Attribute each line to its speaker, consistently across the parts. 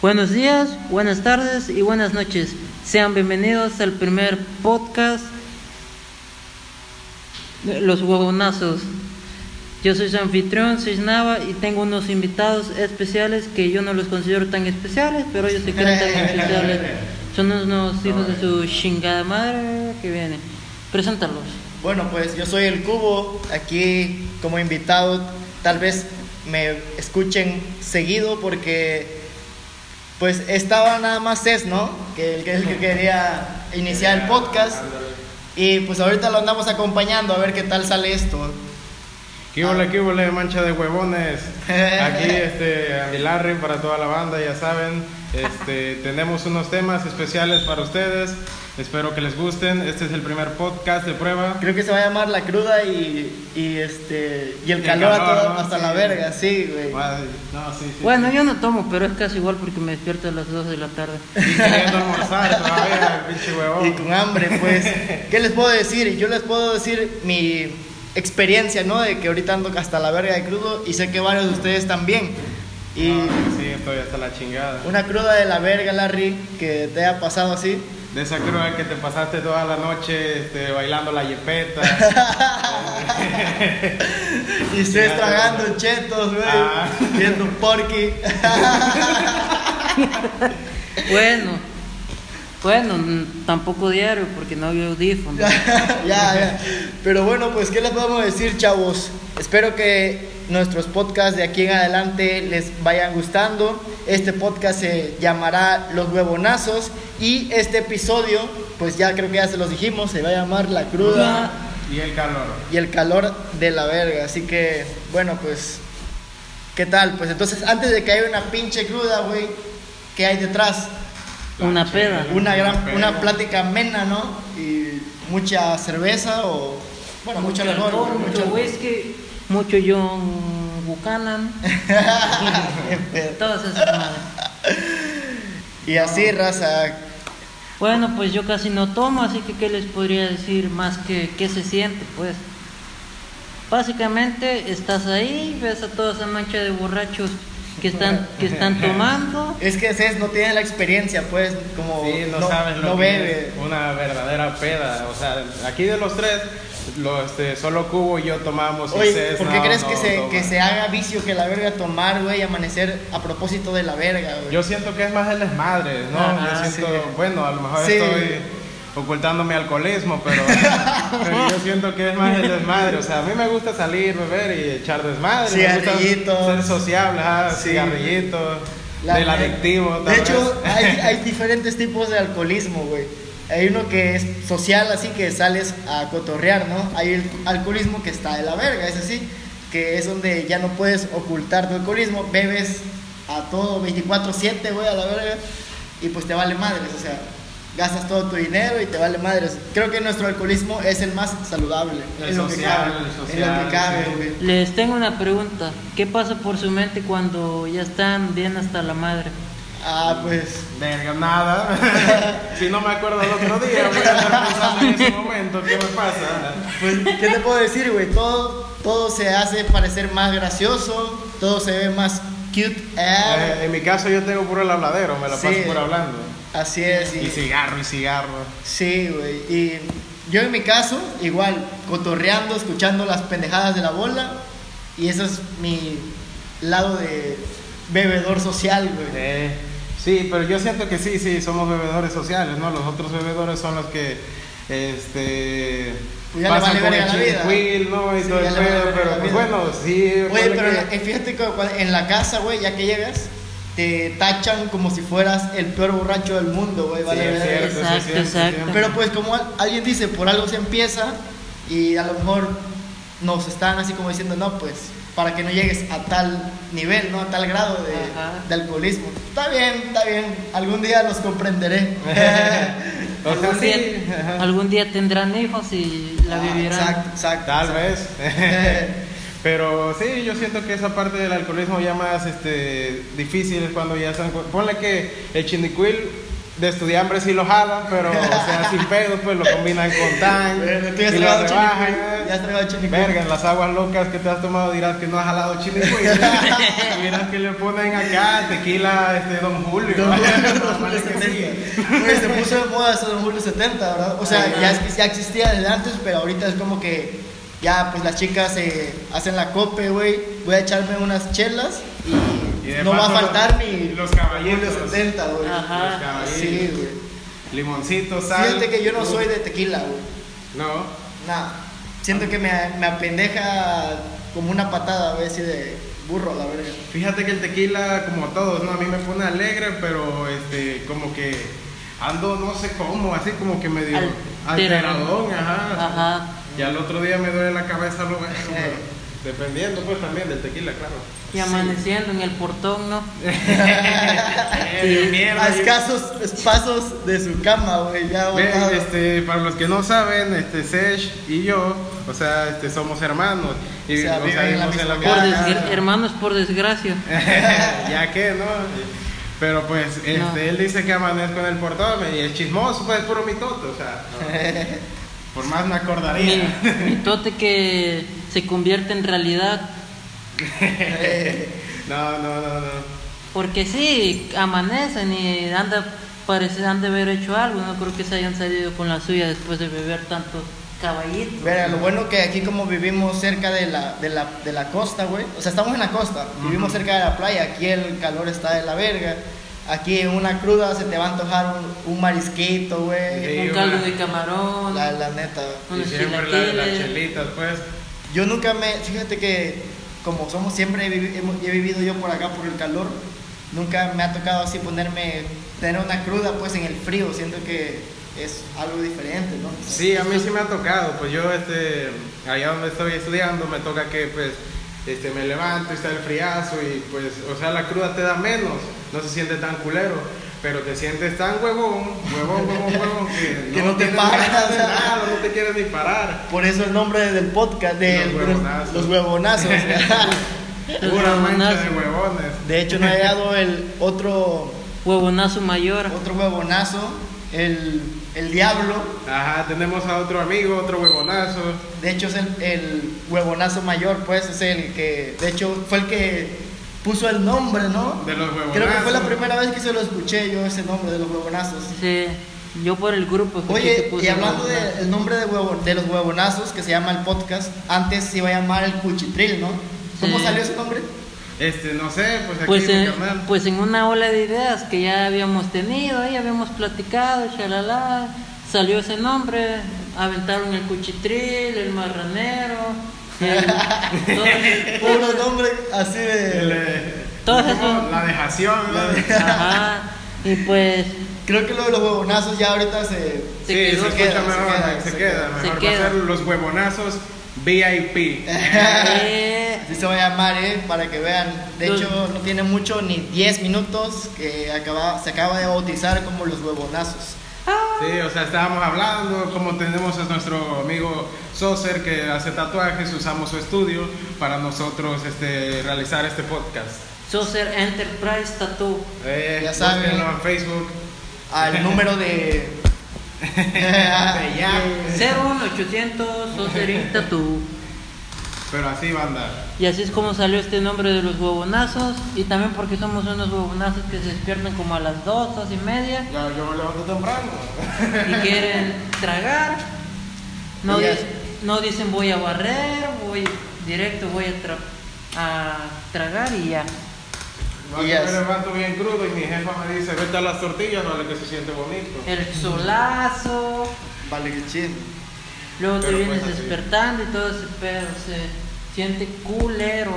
Speaker 1: Buenos días, buenas tardes y buenas noches. Sean bienvenidos al primer podcast de Los Huevonazos. Yo soy su anfitrión, soy Nava y tengo unos invitados especiales que yo no los considero tan especiales, pero ellos se creen tan especiales. Son unos hijos de su chingada madre que vienen. Preséntalos.
Speaker 2: Bueno, pues yo soy el Cubo, aquí como invitado. Tal vez me escuchen seguido porque pues estaba nada más es, ¿no? Que el que, el que quería iniciar el podcast. Y pues ahorita lo andamos acompañando a ver qué tal sale esto.
Speaker 3: ¿Qué huele, qué huele, mancha de huevones? Aquí, este, a mi Larry para toda la banda, ya saben. Este, tenemos unos temas especiales para ustedes. Espero que les gusten. Este es el primer podcast de prueba.
Speaker 2: Creo que se va a llamar La Cruda y, y este y el calor, a
Speaker 3: calor,
Speaker 2: todo-
Speaker 3: ¿no?
Speaker 2: hasta
Speaker 3: Sí.
Speaker 2: la verga, sí, güey.
Speaker 3: Ay, No, sí, sí.
Speaker 1: Bueno, yo no tomo, pero es casi igual porque me despierto a las 2 de la tarde.
Speaker 3: Y queriendo almorzar todavía, pinche huevón.
Speaker 2: Y con hambre, pues. ¿Qué les puedo decir? Yo les puedo decir mi experiencia, ¿no? De que ahorita ando hasta la verga de crudo y sé que varios de ustedes también. Y
Speaker 3: No, sí, estoy hasta la chingada.
Speaker 2: una cruda de la verga, Larry, que te ha pasado así.
Speaker 3: De esa cruda que te pasaste toda la noche este, bailando la yepeta.
Speaker 2: Y estés
Speaker 3: Ya,
Speaker 2: tragando
Speaker 3: ya.
Speaker 2: chetos, güey.
Speaker 3: Ah.
Speaker 2: Viendo un porky.
Speaker 1: Bueno, bueno, n- tampoco diario porque no había audífonos.
Speaker 2: ya, ya. Pero bueno, pues, ¿qué les podemos decir, chavos? Espero que nuestros podcasts de aquí en adelante les vayan gustando. Este podcast se llamará Los Huevonazos. Y este episodio, pues ya creo que ya se los dijimos, se va a llamar La Cruda
Speaker 3: y el calor.
Speaker 2: y el Calor de la Verga. Así que, bueno, pues, ¿qué tal? Pues entonces, antes de que haya una pinche cruda, güey, ¿qué hay detrás?
Speaker 1: Una peda.
Speaker 2: una gran
Speaker 3: peda.
Speaker 2: una plática amena, ¿no? Y mucha cerveza o bueno, mucho, alcohol,
Speaker 1: alcohol,
Speaker 2: mucho
Speaker 1: mucho whisky, mucho John Buchanan, todas esas madres.
Speaker 2: Y así raza.
Speaker 1: Bueno, pues yo casi no tomo, así que qué les podría decir más que qué se siente, pues. Básicamente estás ahí, ves a toda esa mancha de borrachos que están que están tomando.
Speaker 2: Es que ustedes no tienen la experiencia, pues, como
Speaker 3: Sí, no, sabes lo
Speaker 2: no
Speaker 3: que
Speaker 2: bebe.
Speaker 3: es una verdadera peda. O sea, aquí de los tres, lo, este, solo Cubo y yo tomamos. y
Speaker 2: Oye,
Speaker 3: Cés
Speaker 2: ¿por qué
Speaker 3: no,
Speaker 2: crees
Speaker 3: no
Speaker 2: que, se,
Speaker 3: toma.
Speaker 2: que se haga vicio que la verga tomar, güey, y amanecer a propósito de la verga, güey?
Speaker 3: Yo siento que es más el desmadre, ¿no?
Speaker 2: Ajá,
Speaker 3: yo siento,
Speaker 2: Ah, sí.
Speaker 3: bueno, a lo mejor
Speaker 2: Sí.
Speaker 3: estoy ocultando mi alcoholismo, pero, pero yo siento que es más el desmadre. O sea, a mí me gusta salir, beber y echar desmadre. me gusta
Speaker 2: Cigarrillitos.
Speaker 3: Ser sociable, ajá,
Speaker 2: Sí.
Speaker 3: cigarrillitos.
Speaker 2: La-
Speaker 3: del adictivo,
Speaker 2: De
Speaker 3: tal
Speaker 2: hecho,
Speaker 3: vez.
Speaker 2: hay, hay diferentes tipos de alcoholismo, güey. Hay uno que es social, así que sales a cotorrear, ¿no? Hay el alcoholismo que está de la verga, es así, que es donde ya no puedes ocultar tu alcoholismo, bebes a todo 24/7, güey, a la verga, y pues te vale madres, o sea, gastas todo tu dinero y te vale madres. Creo que nuestro alcoholismo es el más saludable,
Speaker 3: El
Speaker 2: en lo que
Speaker 3: social,
Speaker 2: cabe,
Speaker 3: el
Speaker 2: en lo
Speaker 3: social,
Speaker 2: que cabe,
Speaker 3: sí.
Speaker 2: güey.
Speaker 1: Les tengo una pregunta, ¿qué pasa por su mente cuando ya están bien hasta la madre?
Speaker 2: Ah, pues...
Speaker 3: Verga, nada. si no me acuerdo el otro día, voy a estar pensando en ese momento, ¿qué me pasa?
Speaker 2: Pues, ¿qué te puedo decir, güey? Todo, todo se hace parecer más gracioso, todo se ve más cute.
Speaker 3: Eh,
Speaker 2: eh.
Speaker 3: en mi caso yo tengo puro el habladero, me la paso
Speaker 2: Sí.
Speaker 3: puro hablando.
Speaker 2: Así es.
Speaker 3: Y
Speaker 2: Y,
Speaker 3: cigarro, y cigarro.
Speaker 2: sí, güey. Y yo en mi caso, igual, cotorreando, escuchando las pendejadas de la bola. Y eso es mi lado de bebedor social, güey.
Speaker 3: Eh, sí, pero yo siento que sí, sí, somos bebedores sociales, ¿no? Los otros bebedores son los que, este...
Speaker 2: Pues ya le vale
Speaker 3: por
Speaker 2: verga
Speaker 3: el
Speaker 2: la vida.
Speaker 3: chinguil, ¿no? Y
Speaker 2: Sí,
Speaker 3: todo
Speaker 2: ya
Speaker 3: el
Speaker 2: le vale
Speaker 3: pedo,
Speaker 2: verga
Speaker 3: pero
Speaker 2: la
Speaker 3: pues,
Speaker 2: vida.
Speaker 3: bueno, sí...
Speaker 2: Oye,
Speaker 3: ponle
Speaker 2: pero
Speaker 3: que-
Speaker 2: eh, fíjate que cua- en la casa, güey, ya que llegas, te tachan como si fueras el peor borracho del mundo, güey.
Speaker 3: Sí,
Speaker 2: Vale,
Speaker 3: es
Speaker 2: verga.
Speaker 3: cierto, sí,
Speaker 1: Exacto,
Speaker 3: es cierto, sí,
Speaker 1: exacto.
Speaker 3: cierto.
Speaker 2: Pero pues como al- alguien dice, por algo se empieza y a lo mejor nos están así como diciendo, no, pues para que no llegues a tal nivel, ¿no? A tal grado de,
Speaker 1: Ajá.
Speaker 2: de alcoholismo. Está bien, está bien, algún día los comprenderé.
Speaker 3: O sea,
Speaker 1: Algún
Speaker 3: sí,
Speaker 1: día,
Speaker 3: ajá.
Speaker 1: algún día tendrán hijos y la
Speaker 2: Ah,
Speaker 1: vivirán.
Speaker 2: Exacto, exacto.
Speaker 3: Tal
Speaker 2: exacto.
Speaker 3: vez. Pero sí, yo siento que esa parte del alcoholismo ya más este, difícil es cuando ya están... Ponle que el chindicuil de estudiambre sí lo jalan, pero o sea, sin pedos, pues lo combinan con tan.
Speaker 2: Bueno, tú ya has
Speaker 3: y lo
Speaker 2: tragado
Speaker 3: rebajan.
Speaker 2: chilicuy, ya has tragado chilicuy.
Speaker 3: Verga, en las aguas locas que te has tomado dirás que no has jalado chilicuy. Y Miras que le ponen acá tequila este, Don Julio.
Speaker 2: Don Julio
Speaker 3: Nada más es que sí.
Speaker 2: 70. Este Güey, se puso de moda hasta Don Julio 70, ¿verdad? O sea, ya, es que ya existía desde antes, pero ahorita es como que ya, pues las chicas se hacen la cope, güey. Voy a echarme unas chelas y,
Speaker 3: Y de
Speaker 2: no va a
Speaker 3: paso los-
Speaker 2: faltar ni
Speaker 3: los caballitos.
Speaker 2: Don Julio 70, güey.
Speaker 1: Ajá.
Speaker 3: Los caballitos,
Speaker 2: Sí, güey.
Speaker 3: Limoncito, sal.
Speaker 2: Fíjate que yo no soy de tequila, güey.
Speaker 3: No.
Speaker 2: Nada. Siento que me, me apendeja como una patada, güey, así de burro, la verga.
Speaker 3: Fíjate que el tequila, como todos, ¿no? A mí me pone alegre, pero este, como que ando no sé cómo, así como que medio
Speaker 1: Al-
Speaker 3: alteradón, ajá.
Speaker 1: Ajá.
Speaker 3: Y al otro día me duele la cabeza luego.
Speaker 2: Eh.
Speaker 3: Dependiendo pues también del tequila, claro.
Speaker 1: Y amaneciendo en el portón, ¿no?
Speaker 3: Eh, mierda,
Speaker 2: A
Speaker 3: yo-
Speaker 2: escasos pasos de su cama, güey, ya
Speaker 3: Ve,
Speaker 2: botado.
Speaker 3: este, para los que no saben, este Sesh y yo, o sea, este, somos hermanos. Y,
Speaker 2: O sea, viven en la
Speaker 3: vivimos
Speaker 2: misma
Speaker 1: Por
Speaker 2: Ah,
Speaker 1: desgra-
Speaker 2: claro.
Speaker 1: hermanos, por desgracia.
Speaker 3: ya que, ¿no? Pero pues, este,
Speaker 1: No.
Speaker 3: él dice que amanezco en el portón y el chismoso, pues, es puro mitote, o sea, no. por más
Speaker 1: Mi,
Speaker 3: me acordaría.
Speaker 1: mi tote que se convierte en realidad.
Speaker 2: Eh,
Speaker 3: No, no, no, no.
Speaker 1: Porque sí, amanecen y anda, parece, han de haber hecho algo. No creo que se hayan salido con la suya después de beber tantos caballitos.
Speaker 2: Verga, lo bueno que aquí como vivimos cerca de la, de la, de la costa, güey. O sea, estamos en la costa, vivimos cerca de la playa, aquí el calor está de la verga. Aquí en una cruda se te va a antojar un, un marisquito, güey.
Speaker 3: Sí.
Speaker 1: Un caldo de camarón.
Speaker 2: La, la neta. güey.
Speaker 3: Y
Speaker 1: Unos
Speaker 3: siempre la, las
Speaker 1: chilaquiles.
Speaker 3: chelitas, pues.
Speaker 2: Yo nunca me, fíjate que como somos siempre, he, vivi- hemos- he vivido yo por acá por el calor, nunca me ha tocado así ponerme, tener una cruda pues en el frío, siento que es algo diferente, ¿no?
Speaker 3: Sí, a mí sí me ha tocado, pues yo este, allá donde estoy estudiando me toca que pues este, me levanto y está el friazo y pues, o sea, la cruda te da menos, no se siente tan culero, pero te sientes tan huevón, huevón, huevón, huevón, que,
Speaker 2: Que no te
Speaker 3: tienes
Speaker 2: paras.
Speaker 3: ganas de nada, no te quieres ni parar.
Speaker 2: Por eso el nombre del podcast, de
Speaker 3: Los huevonazos.
Speaker 2: los huevonazos.
Speaker 1: Los
Speaker 3: Pura mancha de
Speaker 1: huevonazo.
Speaker 3: huevones.
Speaker 2: de hecho, no ha llegado el otro,
Speaker 1: Huevonazo mayor.
Speaker 2: otro huevonazo, el, el diablo.
Speaker 3: Ajá, tenemos a otro amigo, otro huevonazo.
Speaker 2: De hecho, es el, el huevonazo mayor, pues es el que, de hecho, fue el que puso el nombre, ¿no?
Speaker 3: De los huevonazos.
Speaker 2: Creo que fue la primera vez que se lo escuché yo ese nombre de los huevonazos.
Speaker 1: Sí, yo por el grupo. escuché que
Speaker 2: Oye,
Speaker 1: puso
Speaker 2: y hablando
Speaker 1: huevonazo.
Speaker 2: del nombre de, huevo, de los huevonazos que se llama el podcast, antes se iba a llamar el cuchitril, ¿no? ¿Cómo
Speaker 1: Sí.
Speaker 2: salió ese nombre?
Speaker 3: Este, no sé, pues aquí
Speaker 1: Pues
Speaker 3: mi
Speaker 1: en,
Speaker 3: carnal.
Speaker 1: pues en una ola de ideas que ya habíamos tenido, ahí habíamos platicado, chalala, salió ese nombre, aventaron el cuchitril, el marranero, el- todo ese-
Speaker 2: Puro nombre así
Speaker 3: El,
Speaker 2: de...
Speaker 3: eh,
Speaker 1: Todos
Speaker 3: ¿cómo?
Speaker 1: esos-
Speaker 3: La dejación, ¿no?
Speaker 1: Ajá, y pues
Speaker 2: Creo que lo de los huevonazos ya ahorita se...
Speaker 1: Se
Speaker 3: Sí,
Speaker 1: quedó,
Speaker 3: se
Speaker 1: se
Speaker 3: escucha
Speaker 2: queda, se
Speaker 3: mejor,
Speaker 2: queda,
Speaker 3: se,
Speaker 2: se
Speaker 3: queda,
Speaker 2: queda.
Speaker 3: mejor.
Speaker 1: Se
Speaker 3: Va a
Speaker 1: queda.
Speaker 3: ser los huevonazos VIP.
Speaker 1: eh,
Speaker 2: Así se va a llamar, ¿eh? Para que vean. De
Speaker 1: Los-
Speaker 2: hecho, no tiene mucho ni 10 minutos que acaba, se acaba de bautizar como los huevonazos.
Speaker 3: Sí, o sea, estábamos hablando, como tenemos a nuestro amigo Soser que hace tatuajes, usamos su estudio para nosotros este, realizar este podcast.
Speaker 1: Saucer Enterprise Tattoo.
Speaker 3: Eh,
Speaker 2: Ya saben.
Speaker 3: búsquenlo en Facebook.
Speaker 2: Al número de...
Speaker 3: de ya.
Speaker 1: 01800 Saucer Inc. Tattoo.
Speaker 3: Pero así, banda.
Speaker 1: Y así es como salió este nombre de los huevonazos. Y también porque somos unos huevonazos que se despiertan como a las 2, 2 y media
Speaker 3: Yo, yo me levanto temprano.
Speaker 1: y quieren tragar. No,
Speaker 2: Y ya.
Speaker 1: di- no dicen voy a barrer, voy directo, voy a, tra- a tragar y ya.
Speaker 3: Yo
Speaker 2: Yes.
Speaker 3: me levanto bien crudo y mi jefa me dice, vete a las tortillas, vale que se siente bonito.
Speaker 1: El solazo,
Speaker 2: Vale, que chido.
Speaker 1: luego te
Speaker 3: Pero
Speaker 1: vienes
Speaker 3: pues así.
Speaker 1: despertando y todo ese pedo se siente culero.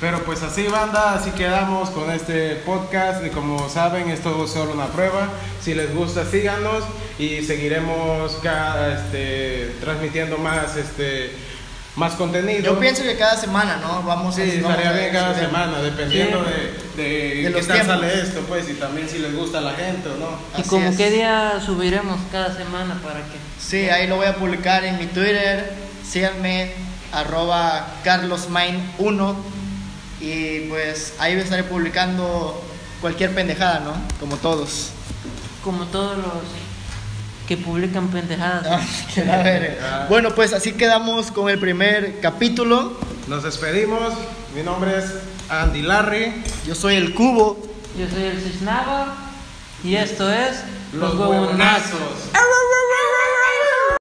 Speaker 3: Pero pues así banda, así quedamos con este podcast. Y como saben, esto es solo una prueba. Si les gusta, síganos y seguiremos ca- este, transmitiendo más, este, más contenido.
Speaker 2: Yo pienso que cada semana, ¿no? Vamos
Speaker 3: Sí,
Speaker 2: vamos
Speaker 3: estaría bien cada
Speaker 2: subiendo.
Speaker 3: semana, dependiendo
Speaker 1: Sí.
Speaker 3: de, de,
Speaker 2: De
Speaker 3: qué
Speaker 2: los
Speaker 3: tal
Speaker 2: tiempos.
Speaker 3: sale esto, pues, y también si les gusta a la gente o no.
Speaker 1: Y
Speaker 2: Así
Speaker 1: como
Speaker 2: es.
Speaker 1: qué día subiremos cada semana para que...
Speaker 2: Sí, ahí lo voy a publicar en mi Twitter. Síganme, arroba carlosmain1. Y pues ahí estaré publicando cualquier pendejada, ¿no? Como todos.
Speaker 1: como todos los que publican pendejadas.
Speaker 2: Ah, que la verga. Bueno, pues así quedamos con el primer capítulo.
Speaker 3: Nos despedimos. Mi nombre es Andy Larry.
Speaker 2: Yo soy el Cubo.
Speaker 1: Yo soy el Cisnava y esto es
Speaker 3: Los huevonazos.